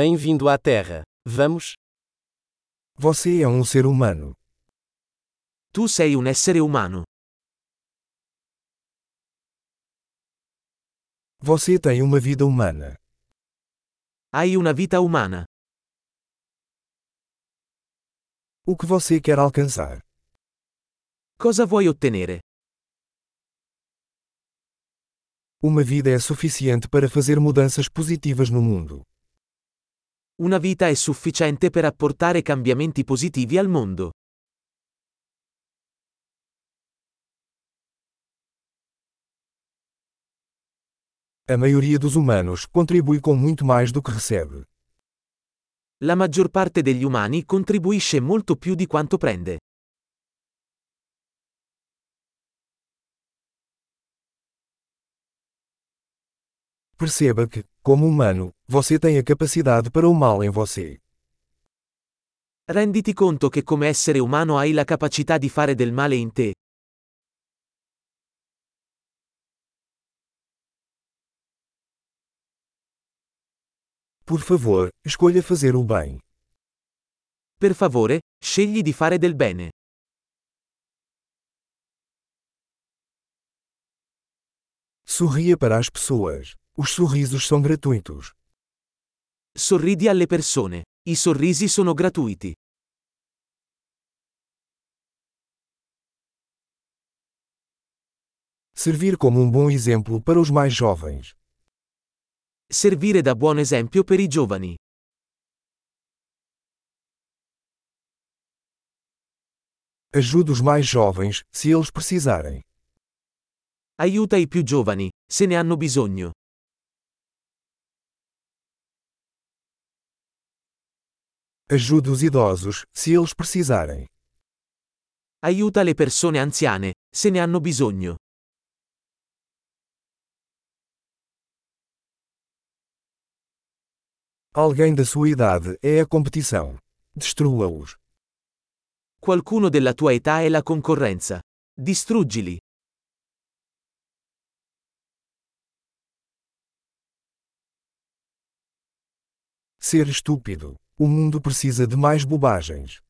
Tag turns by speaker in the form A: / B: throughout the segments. A: Bem-vindo à Terra. Vamos?
B: Você é um ser humano.
C: Tu sei um un essere umano.
B: Você tem uma vida humana.
C: Hai una vita umana.
B: O que você quer alcançar?
C: Cosa vuoi ottenere?
B: Uma vida é suficiente para fazer mudanças positivas no mundo.
C: Una vita è sufficiente per apportare cambiamenti positivi al mondo.
B: A maioria dos humanos contribui com muito mais do que recebe.
C: La maggior parte degli umani contribuisce molto più di quanto prende.
B: Perceba que, como humano, você tem a capacidade para o mal em você.
C: Renditi conto che come essere umano hai la capacità di fare del male in te.
B: Por favor, escolha fazer o bem.
C: Per favore, scegli di fare del bene.
B: Sorria para as pessoas. Os sorrisos são gratuitos.
C: Sorridi alle persone. I sorrisi sono gratuiti.
B: Servir como um bom exemplo para os mais jovens.
C: Servire da buon esempio per i giovani.
B: Ajude os mais jovens, se eles precisarem.
C: Aiuta i più giovani, se ne hanno bisogno.
B: Ajude os idosos, se eles precisarem.
C: Aiuta le persone anziane, se ne hanno bisogno.
B: Alguém da sua idade é a competição. Destrua-os.
C: Qualcuno della tua età è la concorrenza. Distruggili.
B: Ser estúpido. O mundo precisa de mais bobagens.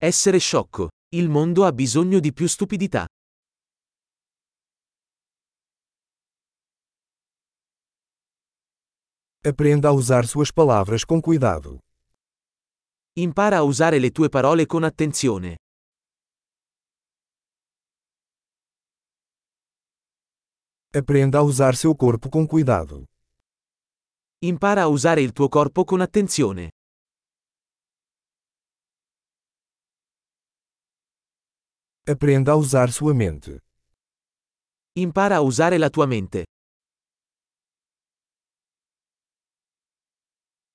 C: Essere sciocco. Il mondo ha bisogno di più stupidità.
B: Aprenda a usar suas palavras com cuidado.
C: Impara a usare le tue parole con attenzione.
B: Aprenda a usar seu corpo com cuidado.
C: Impara a usare il tuo corpo con attenzione.
B: Aprenda a usar sua mente.
C: Impara a usare la tua mente.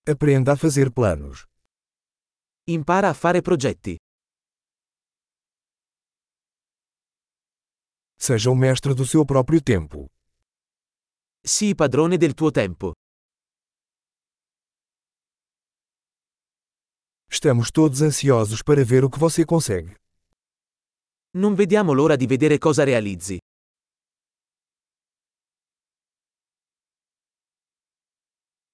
B: Aprenda a fazer planos.
C: Impara a fare progetti.
B: Seja o mestre do seu próprio tempo.
C: Sii padrone del tuo tempo.
B: Estamos todos ansiosos para ver o que você consegue.
C: Non vediamo l'ora di vedere cosa realizzi.